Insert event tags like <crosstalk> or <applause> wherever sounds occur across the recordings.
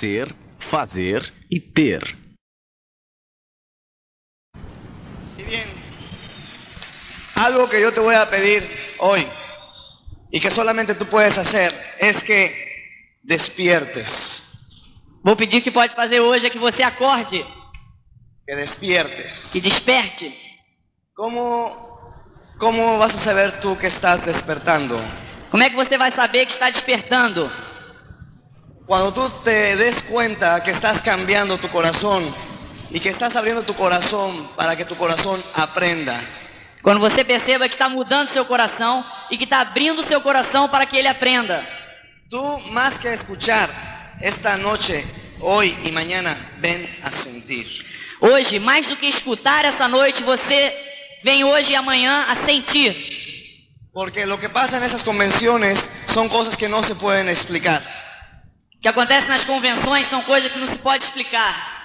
ser, fazer e ter. Y bien, algo que yo te voy a pedir hoy y que solamente tú puedes hacer es que despiertes, Vou pedir que pode fazer hoje é que você acorde, que despiertes. que desperte. ¿Cómo, cómo vas a saber tú que estás despertando? Como é que você vai saber que está despertando? Cuando tú te des cuenta que estás cambiando tu corazón y que estás abriendo tu corazón para que tu corazón aprenda. Quando você perceba que está mudando seu coração e que está abrindo seu coração para que ele aprenda. Tú más que escuchar esta noche, hoy y mañana, ven a sentir. Hoje, mais do que escutar essa noite, você vem hoje e amanhã a sentir. Porque lo que pasa en esas convenciones son cosas que no se pueden explicar. O que acontece nas convenções são coisas que não se pode explicar.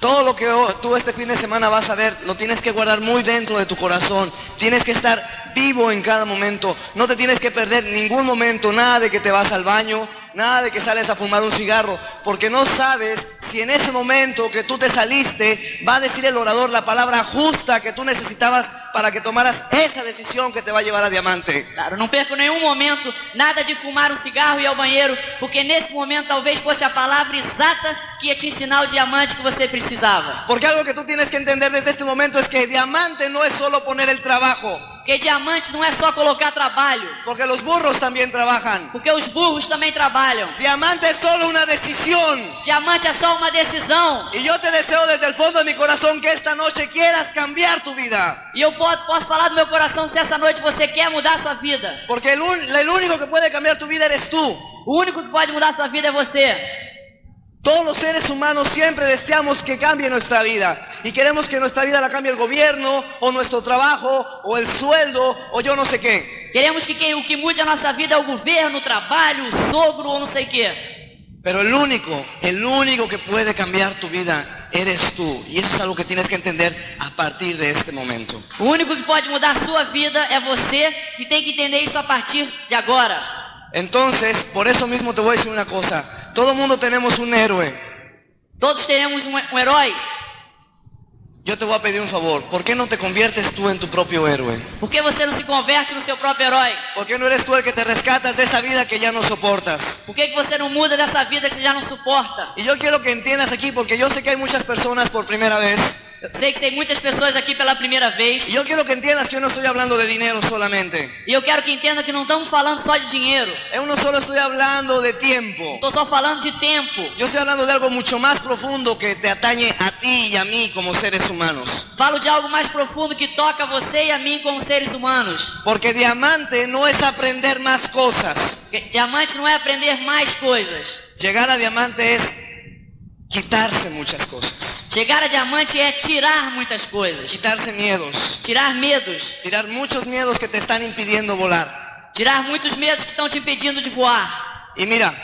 Todo lo que ho- tú este fin de semana vas a ver, lo tienes que guardar muy dentro de tu corazón. Tienes que estar vivo en cada momento. No te tienes que perder ningún momento. Nada de que te vas al baño, nada de que sales a fumar un cigarro. Porque no sabes si en ese momento que tú te saliste va a decir el orador la palabra justa que tú necesitabas para que tomaras esa decisión que te va a llevar a diamante. Claro, não perco nenhum momento, nada de fumar um cigarro e ir ao banheiro, porque nesse momento talvez fosse a palavra exata que ia te ensinar o diamante que você precisava. Porque algo que tú tienes que entender desde este momento es que diamante no es solo poner el trabajo. Porque diamante não é só colocar trabalho, Porque los burros también trabajan. porque os burros também trabalham. Diamante es solo una decisión. Diamante é só uma decisão. Y yo te deseo desde el fondo de mi corazón que esta noche quieras cambiar tu vida. E eu posso, posso falar do meu coração se essa noite você quer mudar sua vida. Porque el, un- el único que puede cambiar tu vida eres tú. O único que pode mudar sua vida é você. Todos los seres humanos siempre deseamos que cambie nuestra vida. Y queremos que nuestra vida la cambie el gobierno, o nuestro trabajo, o el sueldo, o yo no sé qué. Queremos que quem, o que mude a nossa vida é o governo, o trabalho, o sogro ou não sei o quê. Pero el único, el único que puede cambiar tu vida eres tú. Y eso es algo que tienes que entender a partir de este momento. O único que pode mudar a sua vida é você e tem que entender isso a partir de agora. Entonces, por eso mismo te voy a decir una cosa. Todo mundo tenemos un héroe. Todos teremos um, um herói. Yo te voy a pedir un favor. ¿Por qué no te conviertes tú en tu propio héroe? Por que você não se converte no seu próprio herói? ¿Por qué no eres tú el que te rescatas de esa vida que ya no soportas? Por que, que você não muda dessa vida que você já não suporta? Y yo quiero que entiendas aquí, porque yo sé que hay muchas personas por primera vez. Eu sei que tem muitas pessoas aqui pela primeira vez. Y yo quiero que entiendas que yo no estoy hablando de dinero solamente. E eu quero que entenda que não estamos falando só de dinheiro. Yo no solo estoy hablando de tiempo. Estou só falando de tempo. Yo estoy hablando de algo mucho más profundo que te atañe a ti y a mí como seres humanos. Falo de algo mais profundo que toca você e a mim como seres humanos. Porque diamante no es aprender más cosas. Porque Diamante não é aprender mais coisas. Llegar a diamante es quitarse muchas cosas, Chegar a diamante é tirar muchas coisas. quitarse miedos, Tirar medos. tirar muchos miedos que te están impidiendo volar. Tirar muitos medos que estão te impedindo de voar. Y mira,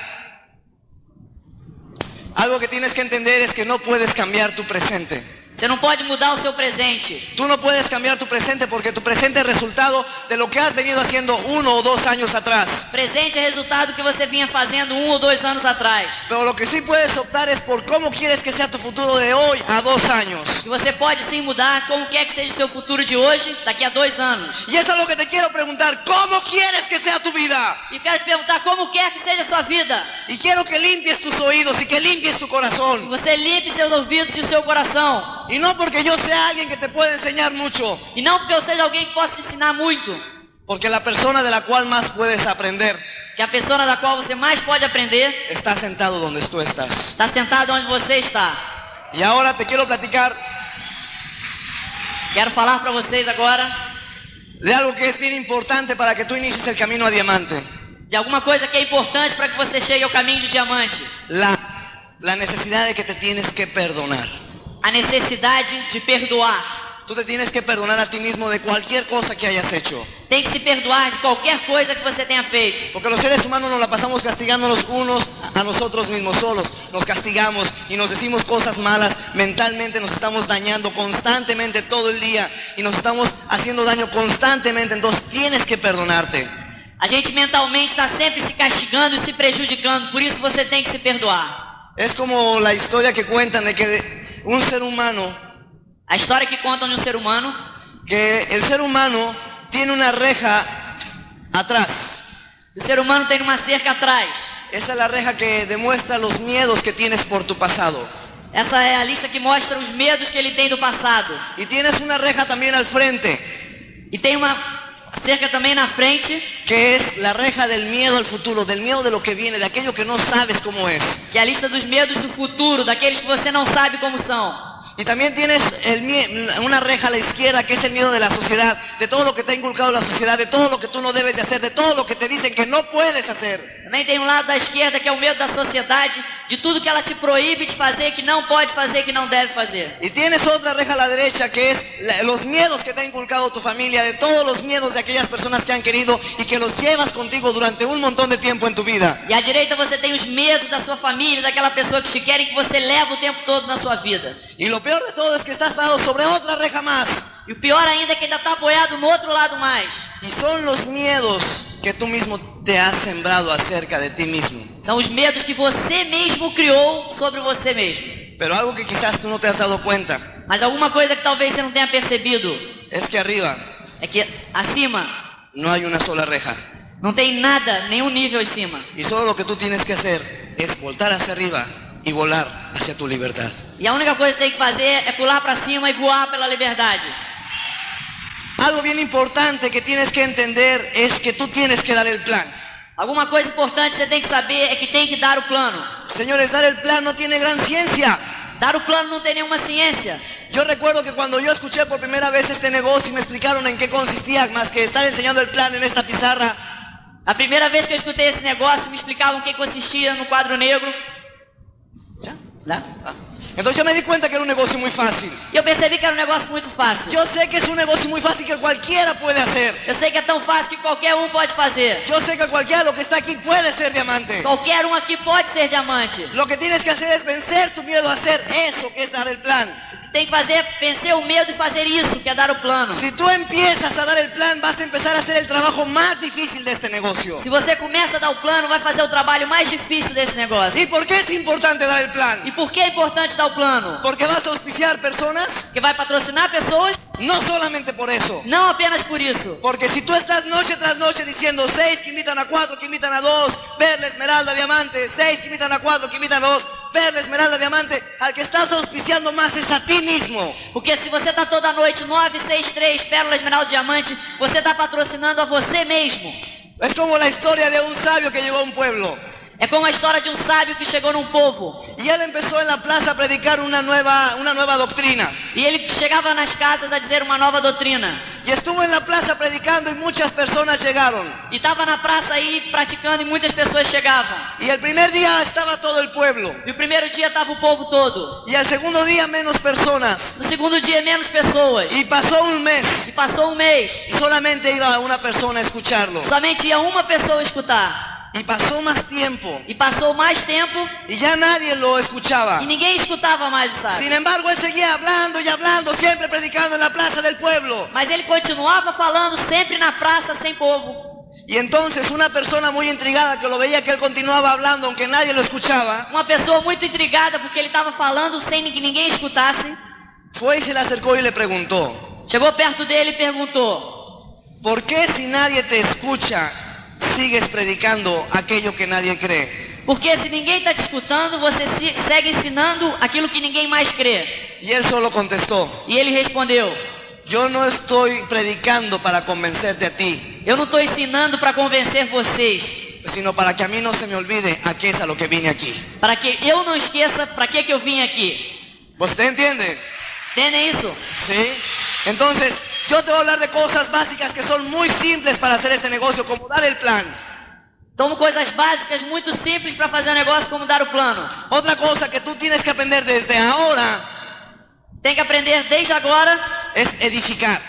algo que tienes que entender es que no puedes cambiar tu presente. Você não pode mudar o seu presente. Tú no puedes cambiar tu presente porque tu presente es resultado de lo que has venido haciendo uno o dos años atrás. Presente é resultado que você vinha fazendo um ou dois anos atrás. Pero lo que sí puedes optar es por cómo quieres que sea tu futuro de hoy a dos años. E você pode sim mudar como quer que seja o seu futuro de hoje, daqui a dois anos. Y eso es lo que te quiero preguntar, ¿cómo quieres que sea tu vida? E quero te perguntar como quer que seja a sua vida. Y quiero que limpies tus oídos y que limpies tu Que corazón. Você limpe seus ouvidos e o seu coração. Y no porque yo sea alguien que te pueda enseñar mucho, E não porque eu seja alguém que possa te ensinar muito, porque la persona de la cual más puedes aprender que a pessoa da qual você mais pode aprender está sentado donde tú estás. está sentada onde você está. Y ahora te quiero platicar Quero falar para vocês agora de algo que es bien importante para que tú inicies el camino a diamante. de alguma coisa que é importante para que você chegue ao caminho de diamante: La, la necesidad de que te tienes que perdonar. a necessidade de perdoar. Tú te tienes que perdonar a ti mismo de cualquier cosa que hayas hecho. Tem que se perdoar de qualquer coisa que você tenha feito. Porque los seres humanos nos la pasamos castigándonos unos a nosotros mismos solos. Nos castigamos y nos decimos cosas malas. Mentalmente nos estamos dañando constantemente todo el día y nos estamos haciendo daño constantemente. Entonces tienes que perdonarte. tá A gente mentalmente está sempre se castigando e se prejudicando, por isso você tem que se perdoar. Es como la historia que cuentan de que un ser humano, A história que contam de um ser humano, que el ser humano tiene una reja atrás. o ser humano tem uma cerca atrás. Esa es la reja que demuestra los miedos que tienes por tu pasado. Essa é a lista que mostra os medos que ele tem do passado. Y tienes una reja también al frente, E tem uma cerca também na frente, que es la reja del miedo al futuro, del miedo de lo que viene, de aquello que no sabes cómo es. que é a lista dos medos do futuro, daqueles que você não sabe como são. Y también tienes el mie- una reja a la izquierda que es el miedo de la sociedad, de todo lo que te ha inculcado la sociedad, de todo lo que tú no debes de hacer, de todo lo que te dicen que no puedes hacer. Também tem um lado da esquerda que é o medo da sociedade, de tudo que ela te proíbe de fazer, que não pode fazer, que não deve fazer. Y tienes otra reja a la derecha que es la- los miedos que te ha inculcado tu familia, de todos los miedos de aquellas personas que han querido y que los llevas contigo durante un montón de tiempo en tu vida. E à direita você tem os medos da sua família, daquela pessoa que te quer e que você leva o tempo todo na sua vida. Y lo peor de todo es que estás parado sobre otra reja más. E o pior ainda é que ainda está apoiado no outro lado mais. Y son los miedos que tú mismo te has sembrado acerca de ti mismo. São os medos que você mesmo criou sobre você mesmo. Pero algo que quizás tú no te has dado cuenta Mas alguma coisa que talvez você não tenha percebido es que arriba é que acima no hay una sola reja. não tem nada, nenhum nível acima. Y solo lo que tú tienes que hacer es voltar hacia arriba y volar hacia tu libertad. E a única coisa que tem que fazer é pular para cima e voar pela liberdade. Algo bien importante que tienes que entender es que tú tienes que dar el plan. Alguma coisa importante que você tem que saber é que tem que dar o plano. Señores, dar el plan no tiene gran ciencia. Dar o plano não tem nenhuma ciência. Yo recuerdo que cuando yo escuché por primera vez este negocio y me explicaron en qué consistía, más que estar enseñando el plan en esta pizarra, A primeira vez que eu escutei esse negócio, me explicavam o que consistia no quadro negro. ¿ya? ¿Ya? Ah. entonces yo me di cuenta que era un negocio muy fácil. E eu percebi que era um negócio muito fácil. Yo sé que es un negocio muy fácil que cualquiera puede hacer. Eu sei que é tão fácil que qualquer um pode fazer. Yo sé que cualquiera lo que está aquí puede ser diamante. Qualquer um aqui pode ser diamante. Lo que tienes que hacer es vencer tu miedo a hacer eso que es dar el plan. O que tem que fazer é vencer o medo e fazer isso, que é dar o plano. Si tú empiezas a dar el plan, vas a empezar a hacer el trabajo más difícil de este negocio. Se você começa a dar o plano, vai fazer o trabalho mais difícil desse negócio. ¿Y por qué es importante dar el E plan? por que é importante dar o plano? Porque vas a auspiciar personas, Porque vai patrocinar pessoas, no solamente por eso. não apenas por isso. Porque si tú estás noche tras noche diciendo seis que invitan a cuatro, que invitan a dos, perla, esmeralda, diamante, seis que invitan a cuatro, que invitan a dos, perla, esmeralda, diamante, al que estás auspiciando más es a ti mismo. Porque se você tá toda noite 9, 6, 3, pérola, esmeralda, diamante, você tá patrocinando a você mesmo. Es como la historia de un sabio que llegó a un pueblo. É como a história de um sábio que chegou num povo. Y él empezó en la plaza a predicar una nueva, una nueva doctrina. E ele chegava nas casas a dizer uma nova doutrina. Y estuvo en la plaza predicando y muchas personas llegaron. E estava na praça aí praticando e muitas pessoas chegavam. Y el primer día estaba todo el pueblo. E o primeiro dia estava o povo todo. Y al segundo día menos personas. No segundo dia, menos pessoas. Y pasó un mes E passou um mês. y solamente iba una persona a escucharlo. Somente ia uma pessoa escutar. Y pasó más tiempo E passou mais tempo y ya nadie lo escuchaba. e ninguém escutava mais o sábio. Sin embargo, él seguía hablando y hablando, siempre predicando en la plaza del pueblo. Mas ele continuava falando sempre na praça, sem povo. Y entonces una persona muy intrigada que lo veía que él continuaba hablando aunque nadie lo escuchaba, Uma pessoa muito intrigada porque ele estava falando sem que ninguém escutasse. fue y se le acercó y le preguntó, Chegou perto dele e perguntou: ¿Por qué si nadie te escucha sigues predicando aquello que nadie cree? Por que se ninguém está te escutando, você se- segue ensinando aquilo que ninguém mais crê? Y él solo contestó, E ele respondeu: yo no estoy predicando para convencerte a ti, Eu não estou ensinando para convencer vocês, sino para que a mí no se me olvide a qué es a lo que vine aquí. para que eu não esqueça para que, que eu vim aqui. ¿Usted entiende? Entendem isso? ¿Sí? Entonces, yo te voy a hablar de cosas básicas que son muy simples para hacer este negocio, como dar el plan. São coisas básicas muito simples para fazer um negócio como dar o plano. Otra cosa que tú tienes que aprender desde ahora Tem que aprender desde agora es edificar.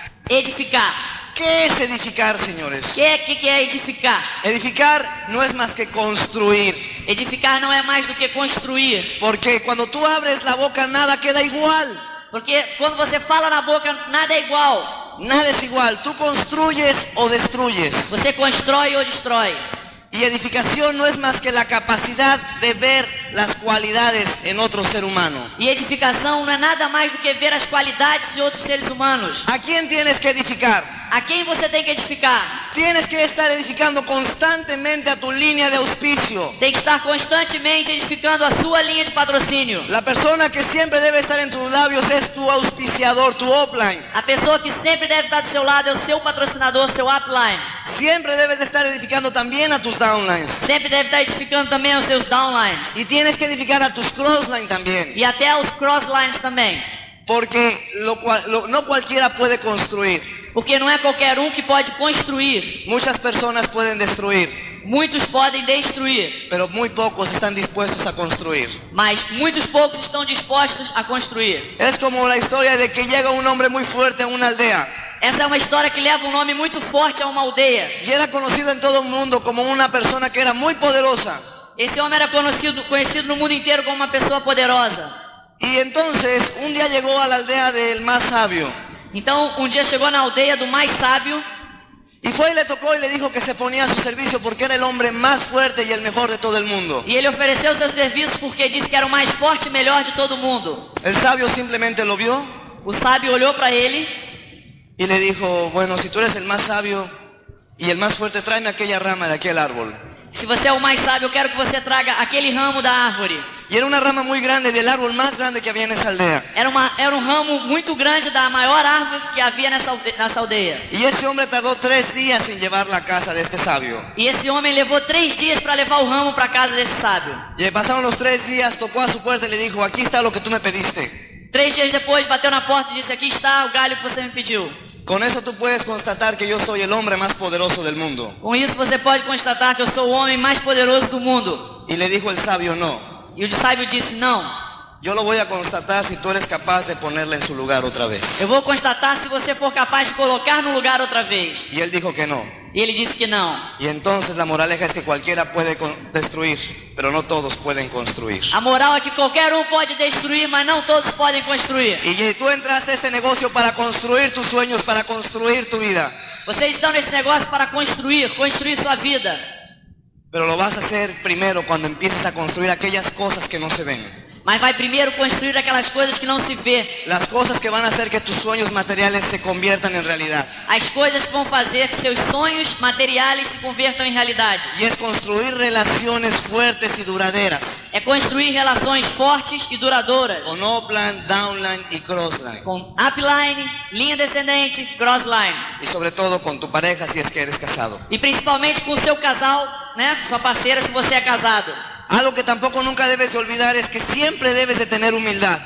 edificar. ¿Qué es edificar, señores? O que, é- que, que é edificar? Edificar no es más que construir. Edificar não é mais do que construir. Porque cuando tú abres la boca nada queda igual. Porque quando você fala na boca, nada é igual. Nada es igual. Tú construyes o destruyes. Você constrói ou destrói. Y edificación no es más que la capacidad de ver las cualidades en otro ser humano. E edificação não é nada mais do que ver as qualidades de outros seres humanos. ¿A quién tienes que edificar? A quem você tem que edificar? Tienes que estar edificando constantemente a tu línea de auspicio. Tem que estar constantemente edificando a sua linha de patrocínio. La persona que siempre debe estar en tus labios es tu auspiciador, tu offline. A pessoa que sempre deve estar do seu lado é o seu patrocinador, seu upline. Siempre debes de estar edificando también a tus downlines. Sempre deve estar edificando também os seus downlines. Y tienes que edificar a tus crosslines también. E até os crosslines também. Porque lo cual- lo- no cualquiera puede construir. Porque não é qualquer um que pode construir. Muchas personas pueden destruir, Muitos podem destruir, pero muy pocos están dispuestos a construir. mas muitos poucos estão dispostos a construir. Es como la historia de que llega un hombre muy fuerte a una aldea Essa é uma história que leva um nome muito forte a uma aldeia. y era conocido en todo el mundo como una persona que era muy poderosa. Esse homem era conhecido, conhecido no mundo inteiro como uma pessoa poderosa. Y entonces un día llegó a la aldea del más sabio Então, um dia chegou na aldeia do mais sábio y fue y le tocó y le dijo que se ponía a su servicio porque era el hombre más fuerte y el mejor de todo el mundo. e ele ofereceu seus serviços porque disse que era o mais forte e melhor de todo mundo. El sabio simplemente lo vio O sábio olhou para ele y le dijo, bueno, si tú eres el más sabio y el más fuerte, tráeme aquella rama de aquel árbol. Se você é o mais sábio, eu quero que você traga aquele ramo da árvore. Y era una rama muy grande del árbol más grande que había en esa aldea. Era, uma, era um ramo muito grande da maior árvore que havia nessa, alde- nessa aldeia. Y ese hombre tardó tres días en llevarla a casa de este sabio. E esse homem levou três dias para levar o ramo para casa desse sábio. Y pasaron los tres días, tocó a su puerta y le dijo, aquí está lo que tú me pediste. Três dias depois, bateu na porta e disse: Aqui está o galho que você me pediu. Con eso tú puedes constatar que yo soy el hombre más poderoso del mundo. Com isso, você pode constatar que eu sou o homem mais poderoso do mundo. Y le dijo el sabio, no, E o sábio disse: Não, yo lo voy a constatar si tú eres capaz de ponerla en su lugar otra vez. eu vou constatar se você for capaz de colocar no lugar outra vez. Y él dijo que no. E ele disse que não. Y entonces la moraleja es que cualquiera puede con- destruir, pero no todos pueden construir. A moral é que qualquer um pode destruir, mas não todos podem construir. Y que tú entraste a este negocio para construir tus sueños, para construir tu vida, Vocês estão nesse negócio para construir, construir sua vida. pero lo vas a hacer primero cuando empieces a construir aquellas cosas que no se ven. Mas vai primeiro construir aquelas coisas que não se vê, Las cosas que van a hacer que tus sueños materiales se conviertan en realidad. as coisas que vão fazer que seus sonhos materiais se convertam em realidade. Y es construir relaciones fuertes y duraderas. É construir relações fortes e duradouras Con upline, downline y crossline. com upline, linha descendente, crossline. Y sobre todo con tu pareja si es que eres casado. E principalmente com o seu casal, né, com sua parceira se você é casado. Algo que tampoco nunca debes de olvidar es que siempre debes de tener humildad.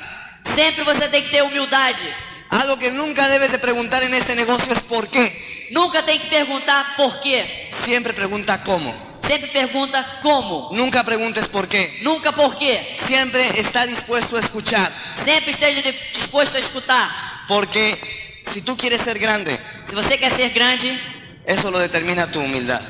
Sempre você tem que ter humildade. Algo que nunca debes de preguntar en este negocio es por qué. Nunca tem que perguntar por quê. Siempre pregunta cómo. Sempre pergunta como. Nunca preguntes por qué. Nunca por quê. Siempre está dispuesto a escuchar. Sempre esteja de- disposto a escutar. Porque si tú quieres ser grande, Se você quer ser grande, eso lo determina tu humildad.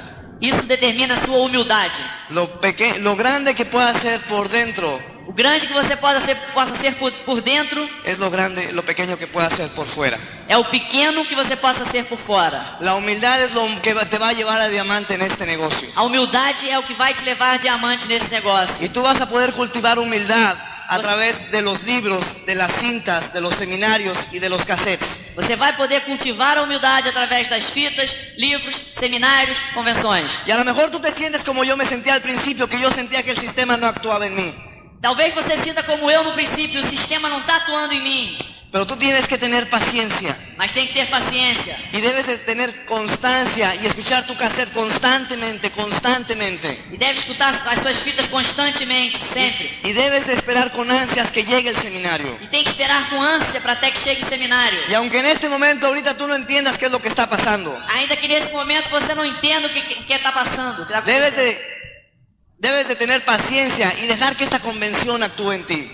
isso determina a sua humildade. Lo, peque- lo grande que pueda ser por dentro O grande que você possa ser, possa ser por, por dentro es lo grande, lo pequeño que pueda ser por fuera. é o pequeno que você possa ser por fora. La humildad es lo que va- te va a llevar a diamante en este negocio. A humildade é o que vai te levar a diamante nesse negócio. Y tú vas a poder cultivar humildad a través de los libros, de las cintas, de los seminarios y de los cassettes. Você vai poder cultivar a humildade através das fitas, livros, seminários, convenções. Y a lo mejor tú te sientes como yo me sentía al principio, que yo sentía que el sistema no actuaba en mí. Talvez você sinta como eu no princípio, o sistema não está atuando em mim. Pero tú tienes que tener paciencia Mas tem que ter paciência. y debes de tener constancia y escuchar tu cassette constantemente, constantemente. E deve escutar as suas fitas constantemente, sempre. Y debes de esperar con ansias que llegue el seminario. E tem que esperar com ânsia para até que chegue o seminário. Y aunque en este momento ahorita tú no entiendas qué es lo que está pasando, Ainda que nesse momento você não entenda o que está que tá passando. o que tá debes acontecendo. de, debes de tener paciencia y dejar que esta convención actúe en ti.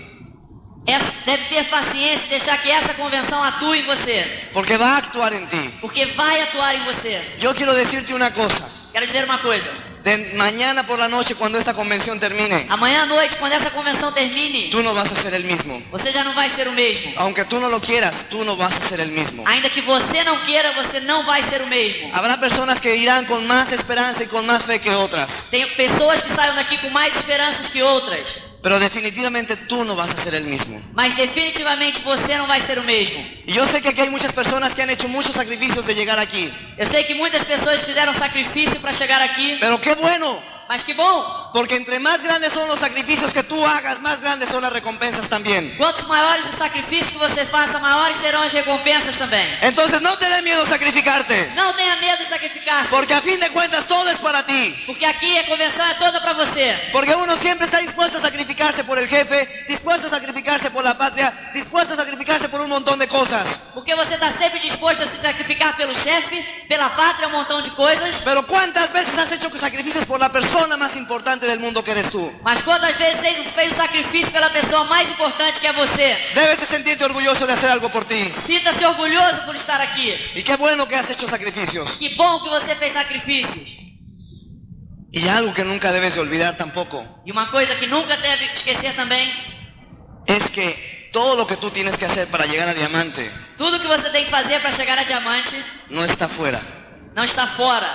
Essa- deve ter paciência e deixar que essa convenção atue em você. Porque va a actuar en ti. Porque vai atuar em você. Yo quiero decirte una cosa. Quero dizer uma coisa. de mañana por la noche cuando esta convención termine, Amanhã à noite, quando essa convenção termine, tú no vas a ser el mismo. você já não vai ser o mesmo. Aunque tú no lo quieras, tú no vas a ser el mismo. Ainda que você não queira, você não vai ser o mesmo. Habrá personas que irán con más esperanza y con más fe que otras, Tem pessoas que saem daqui com mais esperanças que outras, pero definitivamente tú no vas a ser el mismo. mas definitivamente você não vai ser o mesmo. Y yo sé que aquí hay muchas personas que han hecho muchos sacrificios de llegar aquí, Eu sei que muitas pessoas fizeram sacrifício para chegar aqui, pero qué bueno, mas que bom! porque entre más grandes son los sacrificios que tú hagas, más grandes son las recompensas también. Quanto maiores os sacrifícios que você faça, maiores serão as recompensas também. Entonces no te dé miedo sacrificarte, Não tenha medo de sacrificar, porque a fin de cuentas todo es para ti. porque aqui a convenção é toda para você. Porque uno siempre está dispuesto a sacrificarse por el jefe, dispuesto a sacrificarse por la patria, dispuesto a sacrificarse por un montón de cosas. Porque você está sempre disposto a se sacrificar pelo chefe, pela pátria, um montão de coisas. Pero ¿cuántas veces has hecho sacrificios por la persona más importante del mundo que eres tú? Mas quantas vezes fez, fez o sacrifício pela pessoa mais importante que é você? Debes de sentirte orgulloso de hacer algo por ti. Sinta-se orgulhoso por estar aqui. Y qué bueno que has hecho sacrificios. Que bom que você fez sacrifícios. Y algo que nunca debes de olvidar tampoco E uma coisa que nunca deve esquecer também, es que todo lo que tú tienes que hacer para llegar a diamante tudo que você tem que fazer para chegar a diamante no está fuera, não está fora,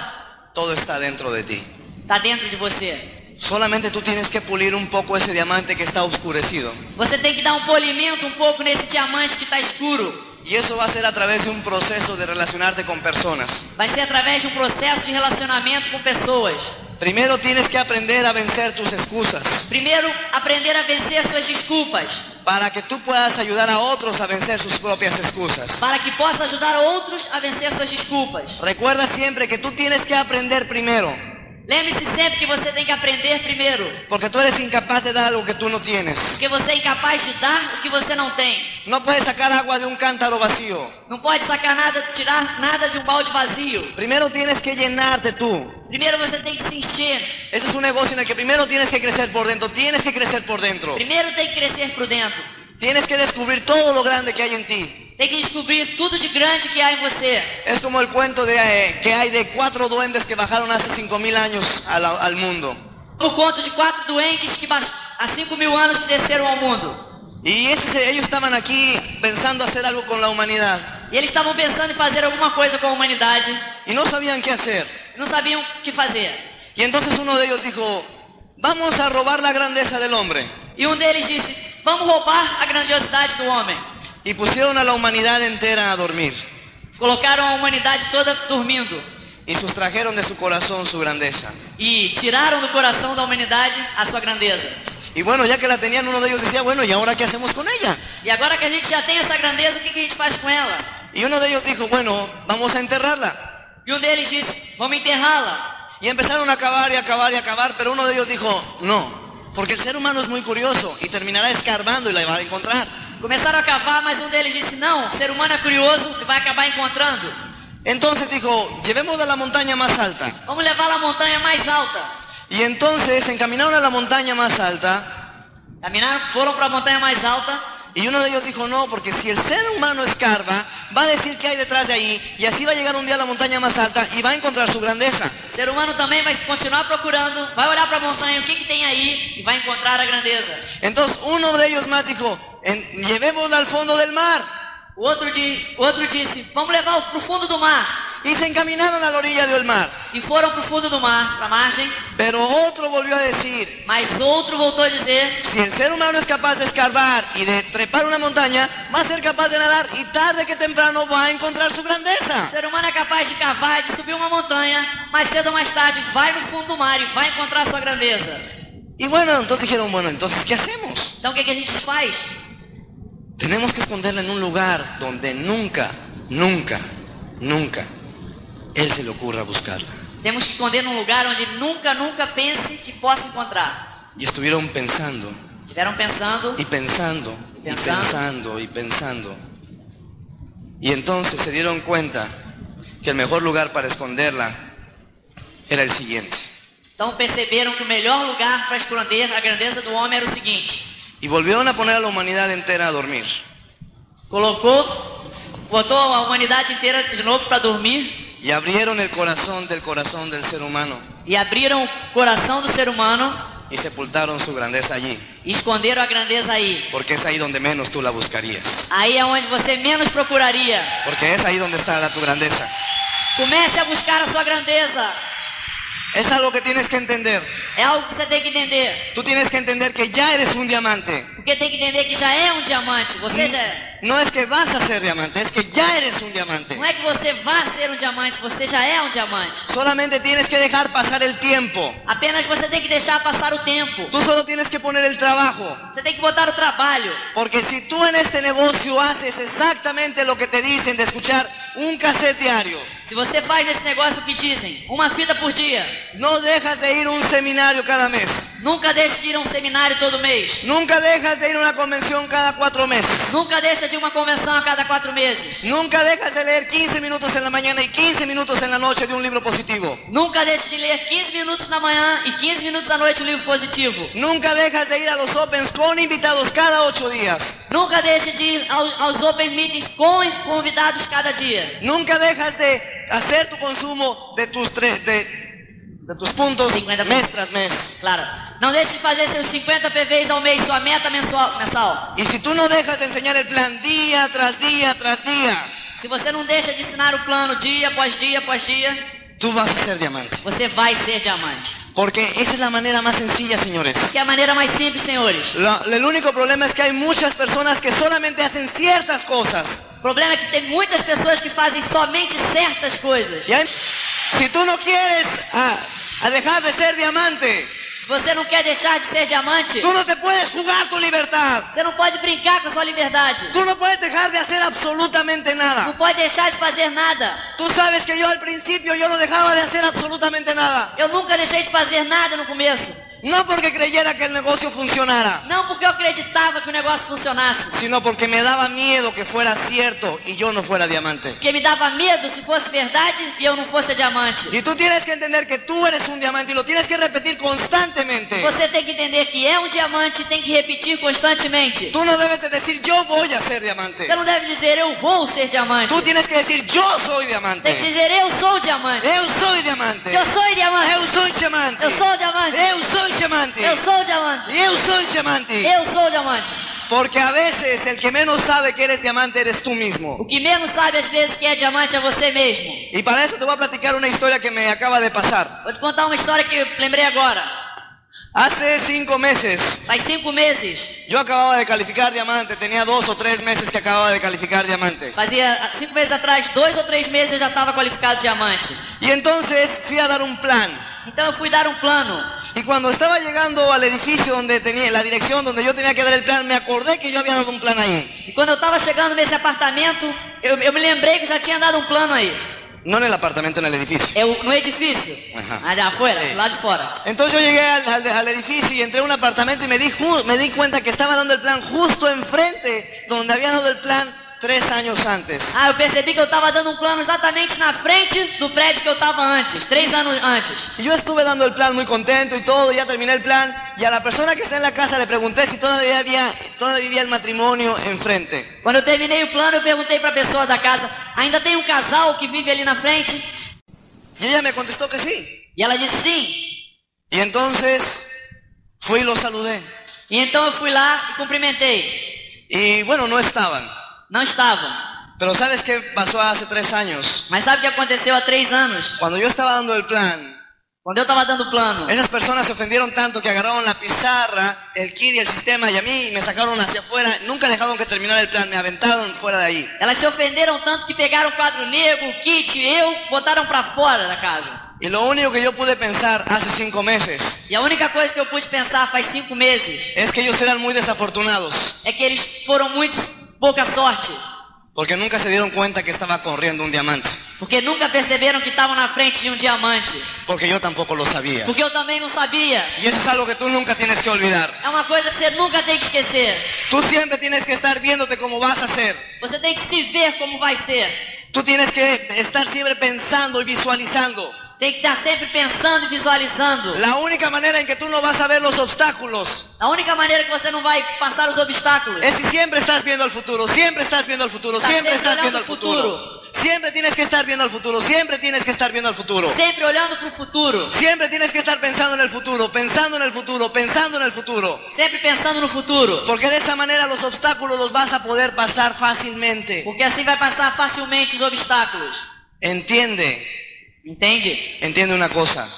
todo está dentro de ti. está dentro de você. Solamente tú tienes que pulir un poco ese diamante que está oscurecido. Você tem que dar um polimento um pouco nesse diamante que está escuro. Y eso va a ser a través de un proceso de relacionarte con personas. Vai ser através de um processo de relacionamento com pessoas. Primero tienes que aprender a vencer tus excusas Primeiro, aprender a vencer suas desculpas, para que tú puedas ayudar a otros a vencer sus propias excusas. para que possa ajudar outros a vencer suas desculpas. Recuerda siempre que tú tienes que aprender primero, Lembre-se sempre que você tem que aprender primeiro, porque tú eres incapaz de dar algo que tú no tienes. porque você é incapaz de dar o que você não tem. No puedes sacar agua de un cántaro vacío. Não pode sacar nada, tirar nada de um balde vazio. Primero tienes que llenarte tú. Primeiro você tem que se encher. Ese es un negocio en el que primero tienes que crecer por dentro, tienes que crecer por dentro. Primeiro tem que crescer por dentro. Tienes que descubrir todo lo grande que hay en ti. Tem que descobrir tudo de grande que há em você. Es como el cuento de, eh, que hay de cuatro duendes que bajaron hace cinco mil años a la- al mundo. O conto de quatro doentes que baix- há cinco mil anos que desceram ao mundo. Y ese- ellos estaban aquí pensando hacer algo con la humanidad E eles estavam pensando em fazer alguma coisa com a humanidade. y no sabían qué hacer. Não sabiam o que fazer. Y entonces uno de ellos dijo, vamos a robar la grandeza del hombre. E um deles disse: Vamos roubar a grandiosidade do homem. Y pusieron a la humanidad entera a dormir Colocaram a humanidade toda dormindo. y sustrajeron de su corazón su grandeza. e tiraram do coração da humanidade a sua grandeza. Y bueno, ya que la tenían, uno de ellos decía, bueno, ¿y ahora qué hacemos con ella? E agora que a gente já tem essa grandeza, o que, que a gente faz com ela? Y uno de ellos dijo, bueno, vamos a enterrarla. E um deles disse: Vamos enterrá-la. Y empezaron a cavar y a cavar y a cavar, pero uno de ellos dijo, no, porque el ser humano es muy curioso y terminará escarbando y la va a encontrar. Começaram a cavar, mas um deles disse: Não, o ser humano é curioso e vai acabar encontrando. Entonces dijo, llevémosla a la montaña más alta. Vamos levá-la à montanha mais alta. Y entonces se encaminaron a la montaña más alta Caminaram, foram para a montanha mais alta. y uno de ellos dijo, no, porque si el ser humano escarba, va a decir que hay detrás de ahí y así va a llegar un día a la montaña más alta y va a encontrar su grandeza. O ser humano também vai continuar procurando, vai olhar para a montanha, o que, que tem aí, e vai encontrar a grandeza. Entonces uno de ellos más dijo, "En- llevémosla al fondo del mar. O outro, di, o outro disse: Vamos levá-lo para o fundo do mar. Y se encaminaron a la orilla del mar. E foram para o fundo do mar, para a margem. Pero otro volvió a decir, Mas outro voltou a dizer: si el ser humano es capaz de escarbar y de trepar una montaña, va a ser capaz de nadar y tarde que temprano va a encontrar su grandeza. o ser humano é capaz de cavar, de subir uma montanha, mas cedo ou mais tarde vai no fundo do mar e vai encontrar sua grandeza. Y bueno, entonces dijeron, bueno, entonces, ¿qué hacemos? Então o que, que a gente faz? Tenemos que esconderla en un lugar donde nunca, nunca, nunca él se le ocurra buscarla. Temos que esconder num lugar onde nunca, nunca pense que possa encontrar. Y estuvieron pensando, Estiveron pensando, y pensando, y pensando, y pensando. Y entonces se dieron cuenta que el mejor lugar para esconderla era el siguiente. então perceberam que o melhor lugar para esconder a grandeza do homem era o seguinte: Y volvieron a poner a la humanidad entera a dormir. colocou, botou a humanidade inteira de novo para dormir Y abrieron el corazón del corazón del ser humano e abriram o coração do ser humano y sepultaron su grandeza allí, e esconderam a grandeza aí. porque es ahí donde menos tú la buscarías. Aí é onde você menos procuraria. Porque es ahí donde está la, tu grandeza. Comece a buscar a sua grandeza. Es algo que tienes que entender. É algo que você tem que entender. Tú tienes que entender que ya eres un diamante. Porque tem que entender que já é um diamante. Você já é. No es que vas a ser diamante, es que ya eres un diamante. Não é que você vá ser um diamante, você já é um diamante. Solamente tienes que dejar pasar el tiempo. Apenas você tem que deixar passar o tempo. Tú solo tienes que poner el trabajo. Você tem que botar o trabalho. Porque si tú en este negocio haces exactamente lo que te dicen de escuchar un cassette diario, Se você faz nesse negócio o que dizem, uma fita por dia. no dejas de ir a un seminario cada mes, Nunca deixe de ir a um seminário todo mês. nunca dejas de ir a una convención cada cuatro meses, Nunca deixa de ir a uma convenção a cada quatro meses. nunca dejas de leer 15 minutos en la mañana y 15 minutos en la noche de un libro positivo, Nunca deixe de ler 15 minutos na manhã e 15 minutos à noite o livro positivo. nunca dejas de ir a los opens con invitados cada ocho días, Nunca deixe de ir aos, aos open meetings com convidados cada dia. nunca dejas de hacer tu consumo de tus tres de, de tus puntos 50 mes tras mes. Claro. Não deixe de fazer seus 50 PVs ao mês, sua meta mensual- mensal. Y si tú no dejas de enseñar el plan día tras día tras día, Se você não deixa de ensinar o plano dia após dia após dia, Tú vas a ser diamante. você vai ser diamante. Porque esa es la manera más sencilla, señores. Que é a maneira mais simples, senhores. La- el único problema es que hay muchas personas que solamente hacen ciertas cosas. O problema é que tem muitas pessoas que fazem somente certas coisas. Y hay- si tú no quieres ah, a dejar de ser diamante, Você não quer deixar de ser diamante? tú no te puedes jugar tu libertad. Você não pode brincar com a sua liberdade. Tú no puedes dejar de hacer absolutamente Não nada. pode deixar de fazer nada. Tú sabes que yo al principio yo no dejaba de hacer absolutamente nada. Eu nunca deixei de fazer nada no começo. No porque creyera que el negocio funcionara, Não porque eu acreditaba que o negócio funcionasse. sino porque me daba miedo que fuera cierto y yo no fuera diamante. Porque me dava medo se fosse verdade e eu não fosse diamante. Y tú tienes que entender que tú eres un diamante y lo tienes que repetir constantemente. Você tem que entender que é um diamante e tem que repetir constantemente. Tú no debes de decir yo voy a ser diamante. Você não deve dizer eu vou ser diamante. Tú tienes que decir yo soy Tem que diamante. dizer eu sou diamante. Eu soy diamante. Eu sou diamante. Eu soy diamante. Eu sou diamante. Eu soy diamante. Eu sou diamante. Eu soy diamante. Eu sou diamante. Porque a veces el que menos sabe que eres diamante eres tú O mismo. que menos sabe às vezes que é diamante é você mesmo. Y para eso te voy a platicar una historia que me acaba de pasar. Vou te contar uma história que eu lembrei agora. Hace cinco meses Faz cinco meses, yo acababa de calificar diamante. Tenía dos o tres meses que acababa de calificar diamante. fazia ah, cinco meses atrás, dois ou três meses eu já estava qualificado diamante. Y entonces fui a dar un plan. Então eu fui dar um plano. Y cuando estaba llegando al edificio donde tenía, la dirección donde yo tenía que dar el plan, me acordé que yo había dado un plan ahí. E quando eu estava chegando nesse apartamento, eu, eu me lembrei que eu já tinha dado um plano aí. No en el apartamento, en el edificio. Eu, no edifício. Aham. Mas lá fora, Sim. lá de fora. Entonces yo llegué al, al- al edificio y entré a un apartamento y me di, ju- me di cuenta que estaba dando el plan justo enfrente donde había dado el plan tres años antes. Ah, eu percebi que eu estava dando um plano exatamente na frente do prédio que eu estava antes, três anos antes. Y yo estuve dando el plan muy contento y todo, ya terminé el plan. Y a la persona que está en la casa le pregunté si todavía había, todavía había el matrimonio enfrente. Quando eu terminei o plano, eu perguntei para a pessoa da casa: ainda tem um casal que vive ali na frente? Y ella me contestó que sí. E ela disse sim. Y entonces fui y lo saludé. E então eu fui lá e cumprimentei. Y bueno, no estaban. Não estavam. Pero ¿sabes qué pasó hace tres años? Mas sabe o que aconteceu há três anos? Cuando yo estaba dando el plan, Quando eu estava dando o plano, esas personas se ofendieron tanto que agarraron la pizarra, el kit y el sistema y a mí y me sacaron hacia afuera. Nunca dejaron que terminara el plan, me aventaron fuera de ahí. elas se ofenderam tanto que pegaram o quadro negro, o kit, eu, botaram para fora da casa. Y lo único que yo pude pensar hace cinco meses E a única coisa que eu pude pensar faz cinco meses es que ellos eran muy desafortunados é que eles foram muito pouca sorte, porque nunca se dieron cuenta que estaba corriendo un diamante. porque nunca perceberam que estavam na frente de um diamante, Porque yo tampoco lo sabía. porque eu também não sabia. Y eso es algo que tú nunca tienes que olvidar. É uma coisa que você nunca tem que esquecer. Tú siempre tienes que estar viéndote cómo vas a hacer. Você tem que se ver como vai ser. Tú tienes que estar siempre pensando y visualizando. Tem que estar sempre pensando e visualizando. La única manera en que tú no vas a ver los obstáculos A única maneira que você não vai passar os obstáculos es si siempre estás viendo al futuro, siempre estás viendo al futuro, Estás siempre siempre estás viendo mirando al al futuro. Siempre tienes que estar viendo al futuro, siempre tienes que estar viendo al futuro. é sempre olhando para o futuro, Siempre tienes que estar pensando en el futuro, pensando en el futuro, pensando en el futuro. sempre pensando no futuro, Porque de esa manera los obstáculos los vas a poder pasar fácilmente. porque assim vai passar facilmente os obstáculos. Entiende, Entende? entiende una cosa,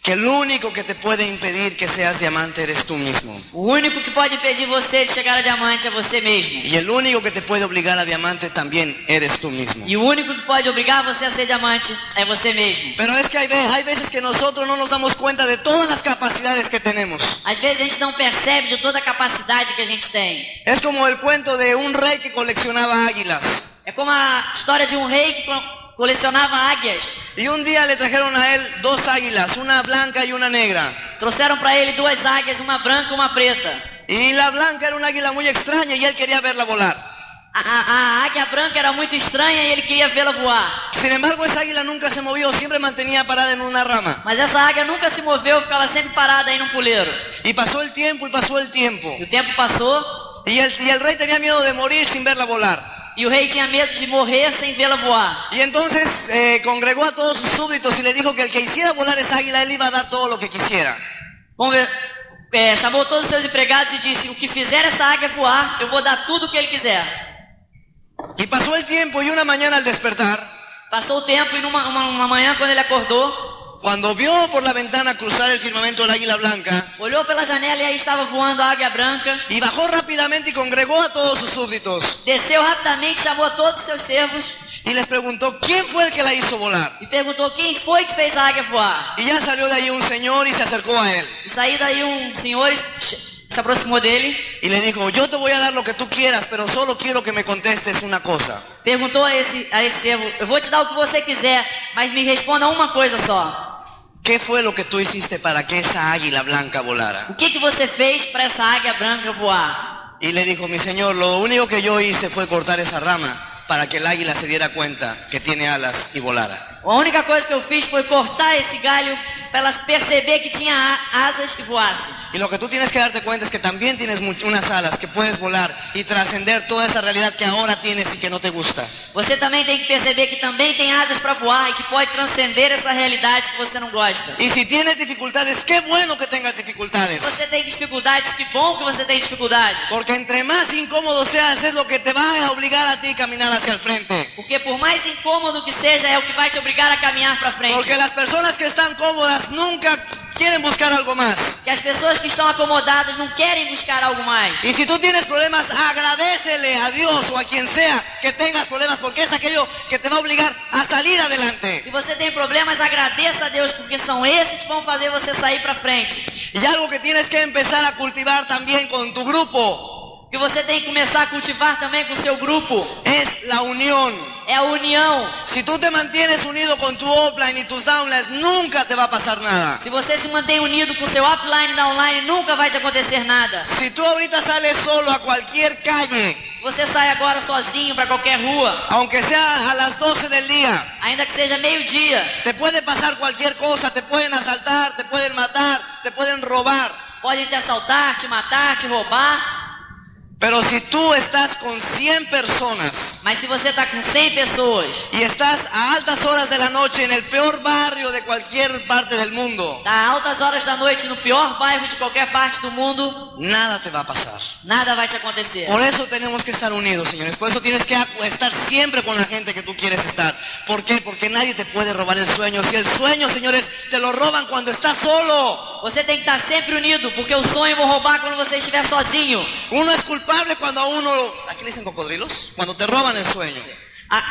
que el único que te puede impedir que seas diamante eres tú mismo. O único que pode impedir você de chegar a diamante é você mesmo. Y el único que te puede obligar a diamante también eres tú mismo. E o único que pode obrigar você a ser diamante é você mesmo. Pero es que hay veces, hay veces que nosotros no nos damos cuenta de todas las capacidades que tenemos. Às vezes a gente não percebe de toda a capacidade que a gente tem. Es como el cuento de un rey que coleccionaba águilas. É como a história de um rei que co- colecionava águias. Y un día le trajeron a él dos águilas, una blanca y una negra. Trouxeram para ele duas águias, uma branca e uma preta. Y la blanca era un águila muy extraña y él quería verla volar. A, a- a águia branca era muito estranha e ele queria vê-la voar. Sin embargo, esa águila nunca se movió, siempre mantenía parada en una rama. Mas essa águia nunca se moveu, ficava sempre parada aí num puleiro. Y pasó el tiempo y pasó el tiempo. E o tempo passou Y el, y el rey tenía miedo de morir sin verla volar. e o rei tinha medo de morrer sem vê-la voar. Y entonces eh, congregó a todos sus súbditos y le dijo que el que hiciera volar esa águila, él iba a dar todo lo que quisiera. Vamos ver. É, chamou todos os seus empregados e disse: O que fizer essa águia voar, eu vou dar tudo o que ele quiser. Y pasó el tiempo y una mañana al despertar, Passou o tempo e numa uma, uma manhã, quando ele acordou, cuando vio por la ventana cruzar el firmamento el águila blanca, olhou pela janela e aí estava voando a águia branca. y bajó rápidamente y congregó a todos sus súbditos Desceu rapidamente, chamou todos os seus servos y les preguntó quién fue el que la hizo volar. e perguntou quem foi que fez a águia voar. Y ya salió de ahí un señor y se acercó a él E saí daí um senhor e se se aproximou dele, y le dijo, yo te voy a dar lo que tú quieras, pero solo quiero que me contestes una cosa. perguntou a esse, a esse servo: Eu vou te dar o que você quiser, mas me responda uma coisa só. ¿Qué fue lo que tú hiciste para que esa águila blanca volara? O que, que você fez para essa águia branca voar? Y le dijo, mi señor, lo único que yo hice fue cortar esa rama para que el águila se diera cuenta que tiene alas y volara. A única coisa que eu fiz foi cortar esse galho para ela perceber que tinha a- asas que voasse. Y lo que tú tienes que darte cuenta es que también tienes mu- unas alas que puedes volar y trascender toda esa realidad que ahora tienes y que no te gusta. Você também tem que perceber que também tem asas para voar e que pode transcender essa realidade que você não gosta. Y si tienes dificultades, qué bueno que tengas dificultades. Se você tem dificuldades, que bom que você tem dificuldades. Porque entre más incómodo seas, es lo que te va a obligar a ti a caminar hacia el frente. Porque por mais incômodo que seja, é o que vai te obrigar a caminhar para frente. Porque las personas que están cómodas nunca quieren buscar algo más. Que as pessoas que estão acomodadas não querem buscar algo mais. Y si tú tienes problemas, agradecele a Dios o a quien sea que tengas problemas, porque es aquello que te va a obligar a salir Se adelante. você tem problemas, agradeça a Deus, porque são esses que vão fazer você sair para frente. Y algo que tienes que empezar a cultivar también con tu grupo Que você tem que começar a cultivar também com o seu grupo. es la unión. é a união. Si tú te mantienes unido con tu offline y tus downlines, nunca te va a pasar nada. Se você se mantém unido com seu offline e downline, nunca vai te acontecer nada. Si tú ahorita sales solo a cualquier calle, Você sai agora sozinho para qualquer rua, aunque sea a las 12 del día, ainda que seja meio-dia. te puede pasar cualquier cosa, te pueden asaltar, te pueden matar, te pueden robar. Podem te assaltar, te matar, te roubar. Pero si tú estás con 100 personas Mas se você tá com 100 pessoas, y estás a altas horas de la noche en el peor barrio de cualquier parte del mundo, tá altas horas da noite no pior bairro de qualquer parte do mundo, nada te va a pasar. nada vai te acontecer. Por eso tenemos que estar unidos, señores. Por eso tienes que acu- estar siempre con la gente que tú quieres estar. ¿Por qué? Porque nadie te puede robar el sueño. Si el sueño, señores, te lo roban cuando estás solo. Você tem que estar sempre unido, porque o sonho vão roubar quando você estiver sozinho. Uno es culpable cuando a uno... ¿Aquí le dicen cocodrilos? Cuando te roban el sueño. A-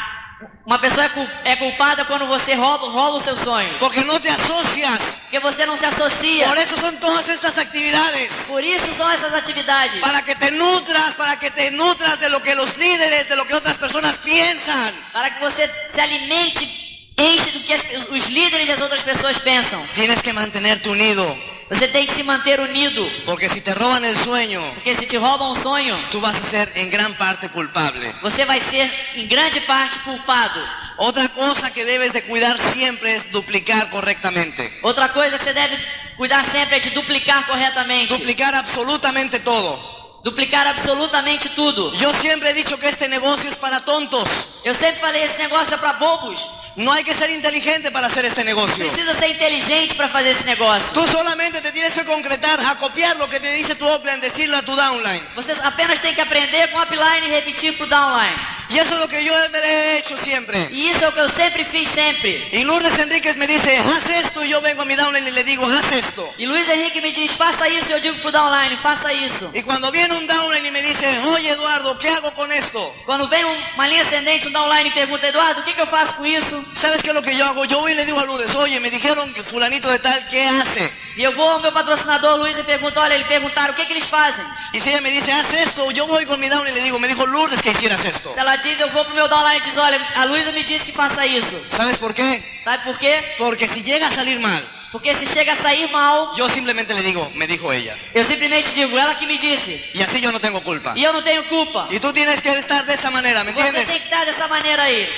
uma pessoa é, cul- é culpada quando você rouba, rouba o seu sonho. Porque no te asocias. Porque você não se Por associa. eso son todas estas actividades. Por isso são essas atividades. Para que te nutras, para que te nutras de lo que los líderes, de lo que otras personas piensan. Para que você se alimente, enche do que as pe- os líderes e as outras pessoas pensam. Tienes que mantenerte unido. Você tem que se manter unido. Porque si te roban el sueño, Porque se te roubam o sonho, tú vas a ser en gran parte culpable. você vai ser, em grande parte, culpado. Otra cosa que debes de cuidar siempre es duplicar correctamente. Outra coisa que você deve cuidar sempre é de duplicar corretamente. Duplicar absolutamente todo. Duplicar absolutamente tudo. Yo siempre he dicho que este negocio es para tontos. Eu sempre falei, esse negócio é pra bobos. No hay que ser inteligente para hacer este negocio. Precisa ser inteligente pra fazer esse negócio. Tú solamente te tienes que concretar a copiar lo que te dice tu offline, decirlo a tu downline. Você apenas tem que aprender com o upline e repetir pro downline. Y eso es lo que yo he hecho siempre. E isso é o que eu sempre fiz sempre. Y Lourdes Enríquez me dice, haz esto, y yo vengo a mi downline y le digo, haz esto. E Luiz Henrique me diz, faça isso, eu digo pro downline, faça isso. Y cuando viene un downline y me dice, oye Eduardo, ¿qué hago con esto? Quando vem um- uma linha ascendente, um downline e pergunta, Eduardo, o que, que eu faço com isso? ¿Sabes qué es lo que yo hago? Yo voy y le digo a Lourdes, oye, me dijeron que fulanito de tal, ¿qué hace? E eu vou ao meu patrocinador Luiz e pergunto, olha, eles perguntaram o que, que eles fazem. Y si ella me dice, haz esto, yo voy con mi downline y le digo, me dijo Lourdes que hicieras esto. Se ela diz, eu vou pro meu downline e diz, olha, a Luísa me disse que faça isso. ¿Sabes por qué? Sabe por quê? Porque si llega a salir mal, Porque se chega a sair mal, yo simplemente le digo, me dijo ella. eu simplesmente digo, ela que me disse. Y así yo no tengo culpa. E eu não tenho culpa. Y tú tienes que estar de esa manera, ¿me Você entiendes? tem que estar dessa maneira aí.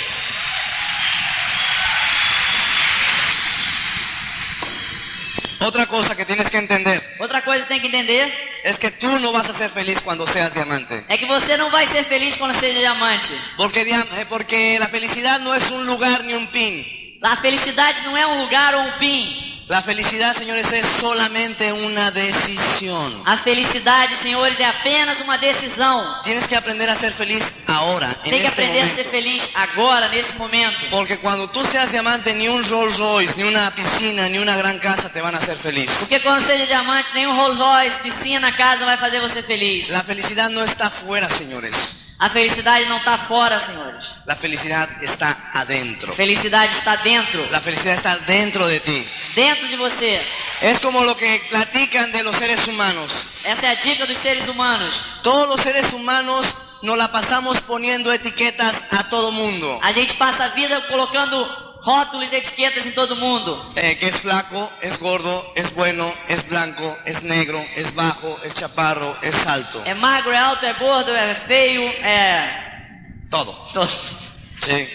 Otra cosa que tienes que entender Outra coisa que tem que entender es que tú no vas a ser feliz cuando seas diamante. é que você não vai ser feliz quando seja diamante. Porque, diam- eh, porque la felicidad no es un lugar ni un pin. A felicidade não é um lugar ou um fim. La felicidad, señores, es solamente una decisión. A felicidade, senhores, é apenas uma decisão. Tienes que aprender a ser feliz ahora, en Tem este que aprender a ser momento. feliz agora, nesse momento. Porque cuando tú seas diamante, ni un Rolls Royce, ni una piscina, ni una gran casa te van a hacer feliz. Porque quando seja diamante, nenhum Rolls Royce, piscina, casa vai fazer você feliz. La felicidad no está fuera, señores. A felicidade não está fora, senhores. La felicidad está adentro. A felicidade está dentro. La felicidad está dentro de ti. Dentro de você. Es como lo que platican de los seres humanos. Essa é a dica dos seres humanos. Todos los seres humanos nos la pasamos poniendo etiquetas a todo mundo. A gente passa a vida colocando rótulos e etiquetas em todo mundo. Eh, que es flaco, es gordo, es bueno, es blanco, es negro, es bajo, es chaparro, es alto. É magro, é alto, é gordo, é feio, é. Todo. Sí.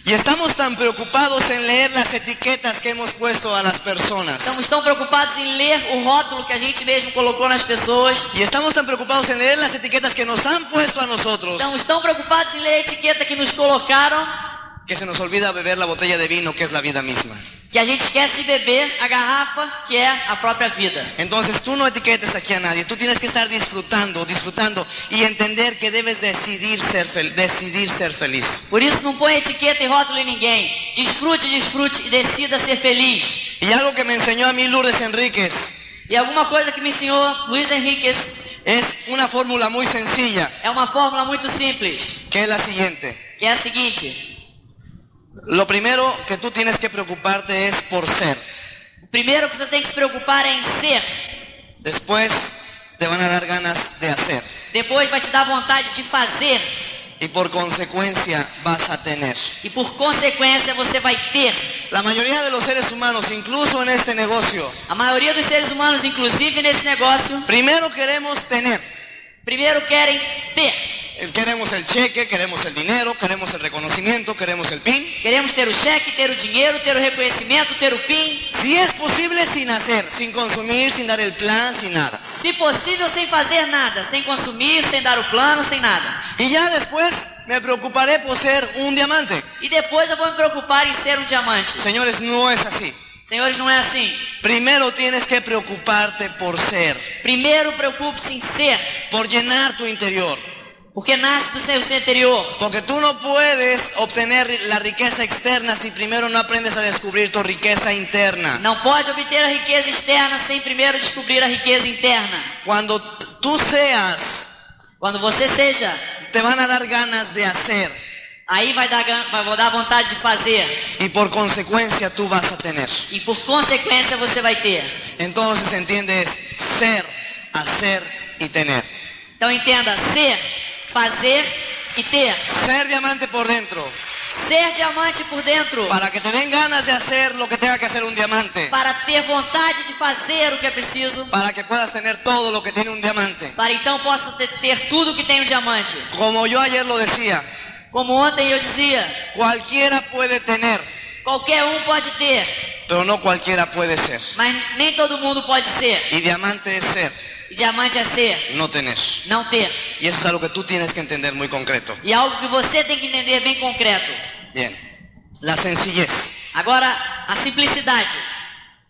<laughs> Y estamos tan preocupados en leer las etiquetas que hemos puesto a las personas. Estamos tão preocupados em ler o rótulo que a gente mesmo colocou nas pessoas. Y estamos tan preocupados en leer las etiquetas que nos han puesto a nosotros Estamos tão preocupados em ler a etiqueta que nos colocaram que se nos olvida beber la botella de vino que es la vida misma. que a gente esquece de beber a garrafa que é a própria vida. Entonces tú no etiquetes aquí a nadie, tú tienes que estar disfrutando, disfrutando y entender que debes decidir ser, fel- decidir ser feliz. Por isso, não põe etiqueta e rótulo em ninguém. Desfrute, desfrute e decida ser feliz. Y algo que me enseñó a mí Lourdes Enríquez E alguma coisa que me ensinou Luiz Henriquez es una fórmula muy sencilla, é uma fórmula muito simples, que es la siguiente. que é a seguinte: Lo primero que tú tienes que preocuparte es por ser. o primeiro que você tem que se preocupar é em ser, Después te van a dar ganas de hacer. depois vai te dar vontade de fazer, Y por consecuencia vas a tener. e por consequência você vai ter. La mayoría de los seres humanos, incluso en este negocio, A maioria dos seres humanos, inclusive nesse negócio, primero queremos tener. primeiro querem ter. Eh, Queremos el cheque, queremos el dinero, queremos el reconocimiento, queremos el PIN. Queremos ter o cheque, ter o dinheiro, ter o reconhecimento, ter o fim. Si es posible, sin hacer, sin consumir, sin dar el plan, sin nada. Se possível, sem fazer nada, sem consumir, sem dar o plano, sem nada. Y ya después me preocuparé por ser un diamante. E depois eu vou me preocupar em ser um diamante. Señores, no es así. Senhores, não é assim. Primero tienes que preocuparte por ser, Primeiro, preocupe-se em ser, por llenar tu interior. porque nasce do seu interior. Porque tú no puedes obtener la riqueza externa si primero no aprendes a descubrir tu riqueza interna. Não pode obter a riqueza externa sem primeiro descobrir a riqueza interna. Cuando t- tú seas, Quando você seja, te van a dar ganas de hacer aí vai dar, gan- vai vou dar vontade de fazer. y por consecuencia tú vas a tener. E por consequência você vai ter. Entonces entiendes ser, hacer y tener. Então entenda, ser, fazer e ter. Ser diamante por dentro, Ser diamante por dentro. para que te den ganas de hacer lo que tenga que hacer un diamante, Para ter vontade de fazer o que é preciso. para que puedas tener todo lo que tiene un diamante. Para então possa ter, ter tudo que tem um diamante. Como yo ayer lo decía, Como ontem eu dizia, cualquiera puede tener, qualquer um pode ter, pero no cualquiera puede ser. mas nem todo mundo pode ser. Y diamante es ser, E diamante é ser, no tener. não ter. Y eso es algo que tú tienes que entender muy concreto. E é algo que você tem que entender bem concreto. Bien, la sencillez. Agora, a simplicidade.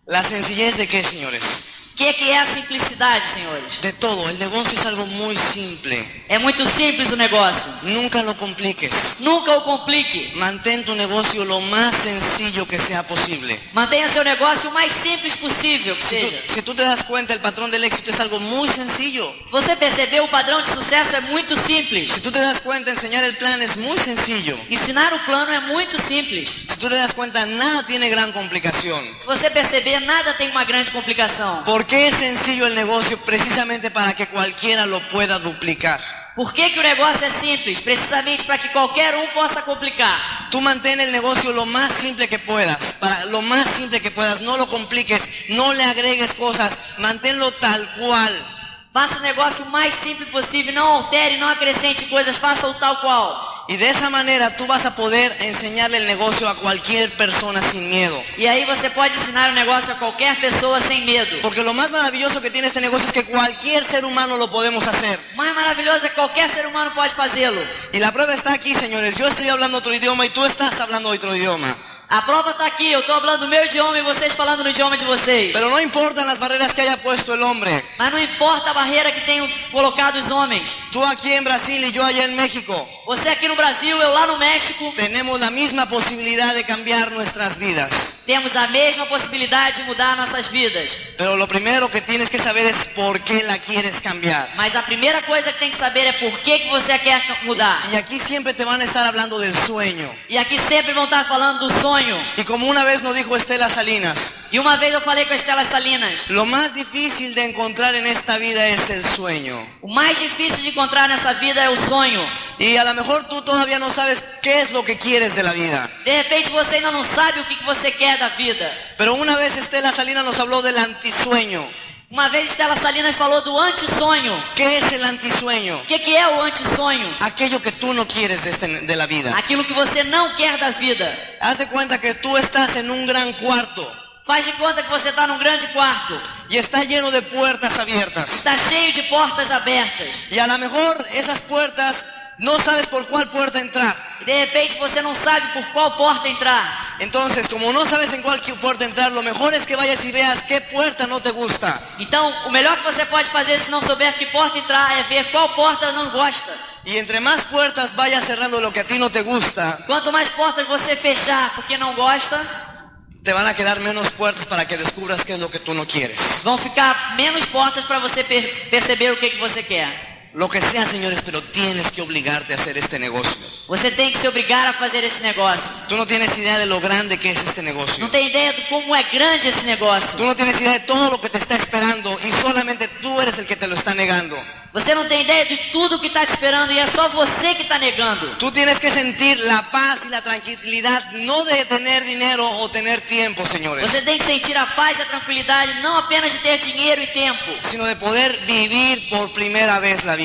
¿La sencillez de qué, señores? O que, que é a simplicidade, senhores? De todo. El negocio es algo muy simple. É muito simples o negócio. Nunca lo compliques. Nunca o complique. Mantén tu negocio lo más sencillo que sea posible. Mantenha seu negócio o mais simples possível que Si tú, seja. si tú te das cuenta, el patrón del éxito es algo muy sencillo. Você percebeu o padrão de sucesso é muito simples. Si tú te das cuenta, enseñar el plan es muy sencillo. Ensinar o plano é muito simples. Si tú te das cuenta, nada tiene gran complicación. Se você perceber, nada tem uma grande complicação. ¿Por qué es sencillo el negocio? Precisamente para que cualquiera lo pueda duplicar. Por que, que o negócio é simples? Precisamente para que qualquer um possa complicar. Tú mantén el negocio lo más simple que puedas, para lo más simple que puedas, no lo compliques, no le agregues cosas, manténlo tal cual. Faça o negócio o mais simples possível, não altere, não acrescente coisas, faça o tal qual. Y de esa manera tú vas a poder enseñarle el negocio a cualquier persona sin miedo. E aí você pode ensinar o negócio a qualquer pessoa sem medo. Porque lo más maravilloso que tiene este negocio es que cualquier ser humano lo podemos hacer. O mais maravilhoso é que qualquer ser humano pode fazê-lo. Y la prueba está aquí, señores. Yo estoy hablando otro idioma y tú estás hablando otro idioma. A prova está aqui, eu estou falando o meu idioma e vocês falando no idioma de vocês. Pero no importan las barreras que haya puesto el hombre. Mas não importa a barreira que tenham colocado os homens. Tú aquí en Brasil y yo allá en México. Você aqui no Brasil, eu lá no México, Tenemos la misma posibilidad de cambiar nuestras vidas. temos a mesma possibilidade de mudar nossas vidas. Pero lo primero que tienes que saber es por qué la quieres cambiar. Mas a primeira coisa que tem que saber é por que, que você quer mudar. Y aquí siempre te van a estar hablando del sueño. E aqui sempre vão estar falando do sonho. Y como una vez nos dijo Estela Salinas, E uma vez eu falei com a Estela Salinas, lo más difícil de encontrar en esta vida es el sueño. o mais difícil de encontrar nessa vida é o sonho. Y a lo mejor tú todavía no sabes qué es lo que quieres de la vida. De repente você ainda não sabe o que, que você quer da vida. Pero una vez Estela Salinas nos habló del antisueño. Uma vez Estela Salinas falou do antissonho. ¿Qué es el antisueño? O que, que é o antissonho? Aquello que tú no quieres de, este- de la vida. Aquilo que você não quer da vida. Hazte cuenta que tú estás en un gran cuarto Faz de conta que você está num grande quarto. y está lleno de puertas abiertas. Está cheio de portas abertas. Y a lo mejor esas puertas no sabes por cuál puerta entrar. E de repente você não sabe por qual porta entrar. Entonces, como no sabes en cuál puerta entrar, lo mejor es que vayas y veas qué puerta no te gusta. Então, o melhor que você pode fazer se não souber que porta entrar é ver qual porta não gosta. Y entre más puertas vayas cerrando lo que a ti no te gusta, Quanto mais portas você fechar porque não gosta, te van a quedar menos puertas para que descubras qué es lo que tú no quieres. vão ficar menos portas para você per- perceber o que, que você quer. Lo que sea, señores, pero tienes que obligarte a hacer este negocio. Você tem que se obrigar a fazer esse negócio. Tú no tienes idea de lo grande que es este Não negocio. tem ideia de como é grande esse Tú negócio. no tienes idea de todo lo que te está esperando y solamente tú eres el que te lo está negando. Você não tem ideia de tudo que está te esperando e é só você que está negando. Tú tienes que sentir la paz y la tranquilidad, no de tener dinero o tener tiempo, señores, Você tem que sentir a paz e a tranquilidade não apenas de ter dinheiro e tempo, sino de poder vivir por primera vez la vida.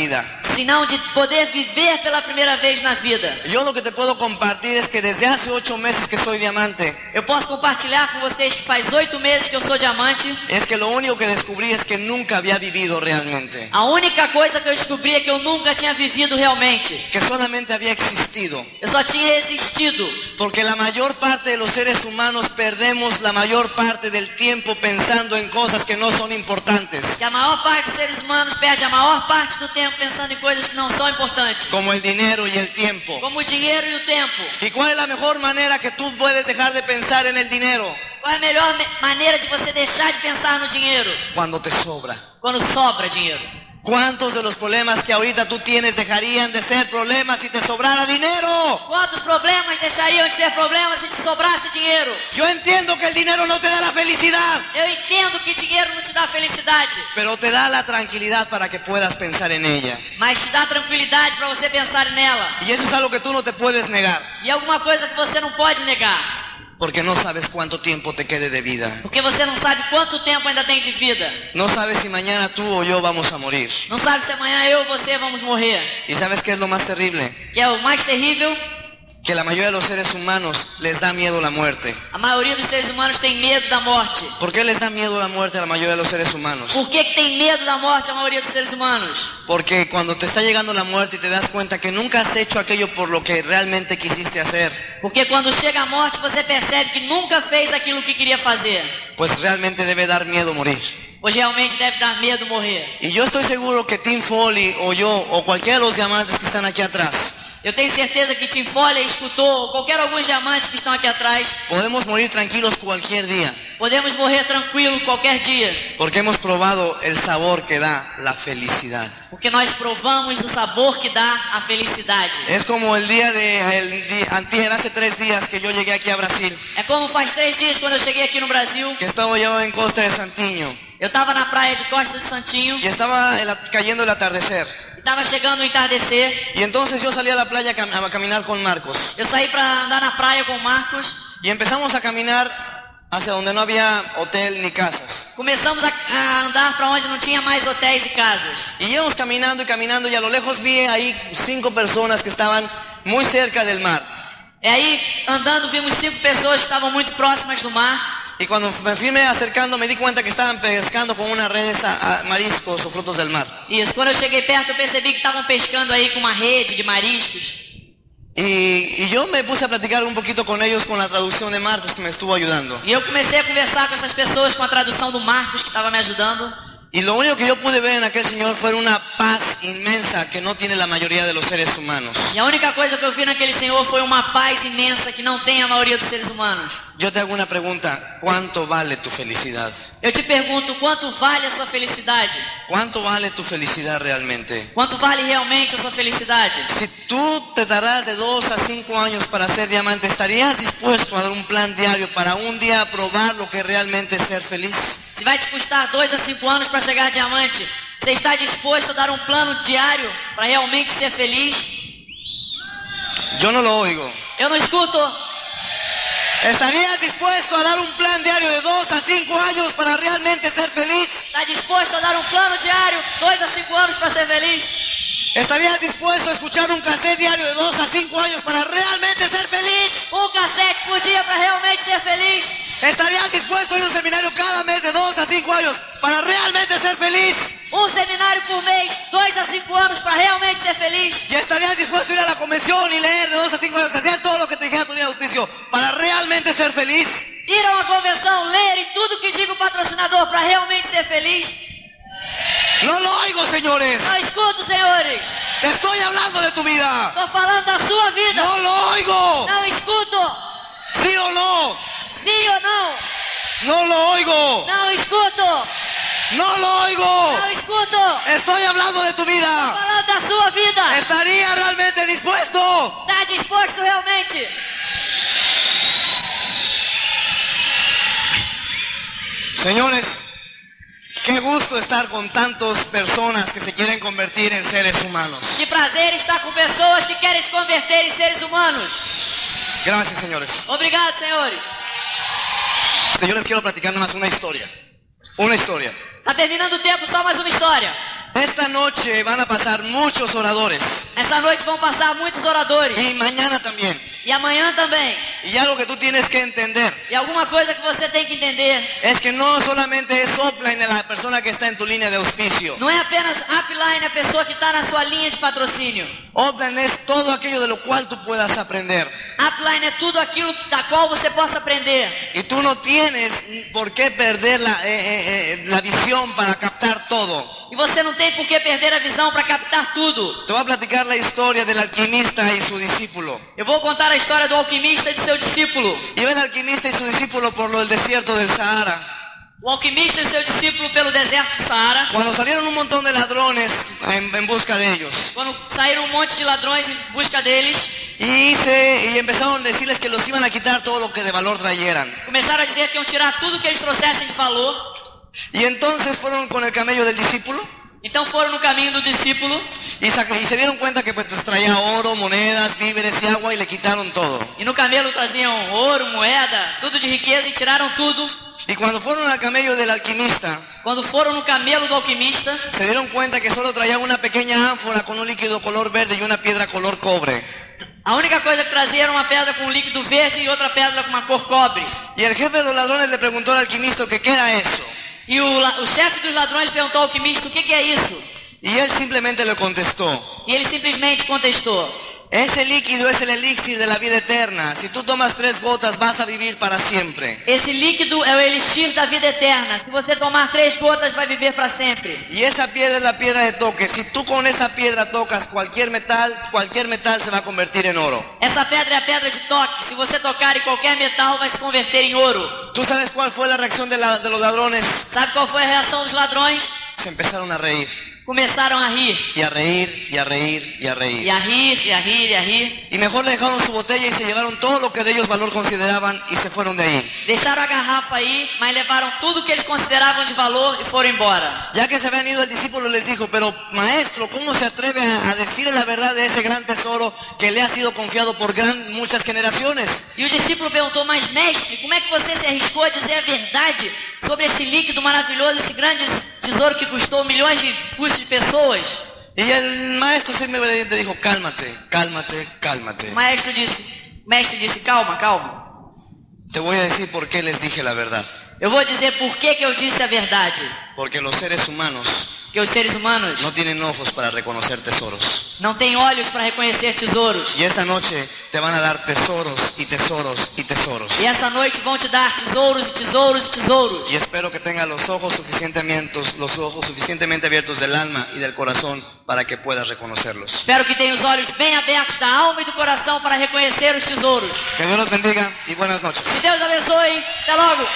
senão de poder viver pela primeira vez na vida. Yo lo que te puedo compartir es que desde hace ocho meses que soy diamante, Eu posso compartilhar com vocês que faz oito meses que eu sou diamante. es que lo único que descubrí es que nunca había vivido realmente, A única coisa que eu descobri é que eu nunca tinha vivido realmente. que solamente había existido. Eu só tinha existido. Porque la mayor parte de los seres humanos perdemos la mayor parte del tiempo pensando en cosas que no son importantes, Que a maior parte dos seres humanos perde a maior parte do tempo pensando em coisas que não são importantes, como el dinero y el tiempo. como o dinheiro e o tempo. ¿Y cuál es la mejor manera que tú puedes dejar de pensar en el dinero? Qual é a melhor me- maneira de você deixar de pensar no dinheiro? Cuando te sobra, Quando sobra dinheiro. ¿Cuántos de los problemas que ahorita tú tienes dejarían de ser problemas si te sobrara dinero? Quantos problemas deixariam de ser problemas se te sobrasse dinheiro? Yo entiendo que el dinero no te da la felicidad, Eu entendo que dinheiro não te dá felicidade, pero te da la tranquilidad para que puedas pensar en ella. mas te dá tranquilidade para você pensar nela. Y eso es algo que tú no te puedes negar, E alguma coisa que você não pode negar, porque no sabes cuánto tiempo te quede de vida. porque você não sabe quanto tempo ainda tem de vida. No sabes si mañana tú o yo vamos a morir. Não sabe se amanhã eu ou você vamos morrer. ¿Y sabes qué es lo más terrible? Que é o mais terrível, Que la mayoría de los seres humanos les da miedo la muerte. a maioria dos seres humanos tem medo da morte. ¿Por qué les da miedo la muerte a la mayoría de los seres humanos? Por que, que tem medo da morte a maioria dos seres humanos? Porque cuando te está llegando la muerte y te das cuenta que nunca has hecho aquello por lo que realmente quisiste hacer, Porque quando chega a morte você percebe que nunca fez aquilo que queria fazer. pues realmente debe dar miedo morir. Pois realmente deve dar medo morrer. Y yo estoy seguro que Tim Foley o yo o cualquiera de los diamantes que están aquí atrás, Eu tenho certeza que Tim Foley escutou, ou qualquer alguns diamantes que estão aqui atrás, podemos morir tranquilos cualquier día, podemos morrer tranquilo qualquer dia. porque hemos probado el sabor que da la felicidad. Porque nós provamos o sabor que dá a felicidade. Es como el día de, el di- antier, hace tres días que yo llegué aquí a Brasil, É como faz três dias quando eu cheguei aqui no Brasil, que estaba yo en Costa de Santiño eu estava na praia de Costa de Santinho y estaba el at- cayendo el atardecer. e estava chegando o entardecer. Y entonces yo salí a la playa a cam- a caminar con Marcos. Eu saí para andar na praia com o Marcos. Y empezamos a caminar hacia donde no había hotel ni casas. Começamos a, a andar para onde não tinha mais hotéis e casas. Y íbamos caminando y caminando y a lo lejos vi ahí cinco personas que estaban muy cerca del mar. E aí, andando, vimos cinco pessoas que estavam muito próximas do mar. Y cuando me fui me acercando me di cuenta que estaban pescando con una red esa, a- mariscos o frutos del mar. E quando eu cheguei perto, eu percebi que estavam pescando aí com uma rede de mariscos. Y, y yo me puse a platicar un poquito con ellos con la traducción de Marcos que me estuvo ayudando. E eu comecei a conversar com essas pessoas com a tradução do Marcos, que estava me ajudando. Y lo único que yo pude ver en aquel señor fue una paz inmensa que no tiene la mayoría de los seres humanos. E a única coisa que eu vi naquele senhor foi uma paz imensa que não tem a maioria dos seres humanos. Yo te hago una pregunta, ¿cuánto vale tu felicidad? Eu te pergunto, quanto vale a sua felicidade? ¿Cuánto vale tu felicidad realmente? Quanto vale realmente a sua felicidade? Si tú te darás de dos a cinco años para ser diamante, ¿estarías dispuesto a dar un plan diario para un día probar lo que realmente es ser feliz? Se vai te custar dois a cinco anos para chegar a diamante, você está disposto a dar um plano diário para realmente ser feliz? Yo no lo oigo. Eu não escuto. ¿Estarías dispuesto a dar un plan diario de dos a cinco años para realmente ser feliz? Está disposto a dar um plano diário, dois a cinco anos para ser feliz? ¿Estarías dispuesto a escuchar un cassette diario de dos a cinco años para realmente ser feliz? Um cassete por dia para realmente ser feliz? ¿Estarías dispuesto a ir a un seminario cada mes de dos a cinco años para realmente ser feliz? Um seminário por mês, dois a cinco anos para realmente ser feliz? ¿Y estarías dispuesto a ir a la convención y leer de dos a cinco años, hacer todo lo que te dijera tu líder de auspicio para realmente ser feliz? Ir a uma convenção, ler e tudo que diga o patrocinador para realmente ser feliz? No lo oigo, señores. Não escuto, senhores. Te estoy hablando de tu vida. Estou falando da sua vida. No lo oigo. Não escuto. Sí o no. Sim ou não? No lo oigo. Não escuto. No lo oigo. Não escuto! Estoy hablando de tu vida. Falando da sua É. vida! ¿Estarías realmente dispuesto? Está disposto realmente? Señores, qué gusto estar con tantas personas que se quieren convertir en seres humanos. Que prazer estar com pessoas que querem se converter em seres humanos! Gracias, señores. Obrigado, senhores! Yo les quiero platicar nomás una historia. Una historia. Tá terminando o tempo, só mais uma história. Esta noche van a pasar muchos oradores Essa noite vão passar muitos oradores. y mañana también. E amanhã também. Y algo que tú tienes que entender E alguma coisa que você tem que entender. es que no solamente es offline la persona que está en tu línea de auspicio. Não é apenas upline a pessoa que está na sua linha de patrocínio. Offline es todo aquello de lo cual tú puedas aprender. Upline é tudo aquilo da qual você possa aprender. Y tú no tienes por qué perder la, eh, eh, eh, la visión para captar todo. E você não tem por que perder a visão para captar tudo. Te voy a platicar la historia del alquimista y su discípulo. Eu vou contar a história do alquimista e do seu discípulo. Iba el alquimista y su discípulo por lo del desierto del Sahara. O alquimista e o seu discípulo pelo deserto do Saara, Cuando salieron un montón de ladrones en, en busca de ellos quando saíram um monte de ladrões em busca deles, y, se- y empezaron a decirles que los iban a quitar todo lo que de valor trayeran. começaram a dizer que iam tirar tudo que eles trouxessem de valor. Y entonces fueron con el camello del discípulo Então foram no caminho do discípulo y, saca- y se dieron cuenta que pues, traía oro, monedas, víveres y agua y le quitaron todo. e no camelo traziam ouro, moeda, tudo de riqueza e tiraram tudo. Y cuando fueron al camello del alquimista, Quando foram no camelo do alquimista, se dieron cuenta que solo traía una pequeña ánfora con un líquido color verde y una piedra color cobre. a única coisa que trazia era uma pedra com um líquido verde e outra pedra com uma cor cobre. Y el jefe de los ladrones le preguntó al alquimista que qué era eso. E o, la- o chefe dos ladrões perguntou ao alquimista o que, que é isso. Y él simplemente le contestó, E ele simplesmente contestou: ese líquido es el elixir de la vida eterna. Si tú tomas tres gotas vas a vivir para siempre. Esse líquido é o elixir da vida eterna. Se você tomar três gotas, vai viver para sempre. Y esa piedra es la piedra de toque. Si tú con esa piedra tocas cualquier metal, cualquier metal se va a convertir en oro. Essa pedra é a pedra de toque. Se você tocar em qualquer metal, vai se converter em ouro. ¿Tú sabes cuál fue la reacción de, la- de los ladrones? Sabe qual foi a reação dos ladrões? Se empezaron a reír, Começaram a rir. y a reír, y a reír, y a reír. E a rir, e a rir, e a rir. Y mejor le dejaron su botella y se llevaron todo lo que de ellos valor consideraban y se fueron de ahí. Deixaram a garrafa aí, mas levaram tudo que eles consideravam de valor e foram embora. Ya que se habían ido, el discípulo les dijo, pero maestro, ¿cómo se atreve a, a decir la verdad de ese gran tesoro que le ha sido confiado por gran, muchas generaciones? E o discípulo perguntou, mas mestre, como é que você se arriscou a dizer a verdade sobre esse líquido maravilhoso, esse grande tesouro que custou milhões de custos de pessoas? Y el maestro simplemente dijo, cálmate, cálmate, cálmate. O maestro disse, o mestre disse, calma, calma. Te voy a decir por qué les dije la verdad. Eu vou dizer por que, que eu disse a verdade. Porque los seres humanos Que os seres humanos no tienen ojos para reconocer tesoros. não têm olhos para reconhecer tesouros. Y esta noche te van a dar tesoros y tesoros y tesoros. E essa noite vão te dar tesouros e tesouros e tesouros. Y espero que tenga los ojos suficientemente, los ojos suficientemente abiertos del alma y del corazón para que puedas reconocerlos. Espero que tenha os olhos bem abertos da alma e do coração para reconhecer os tesouros. Que Dios los bendiga y buenas noches. Que Deus abençoe. Até logo.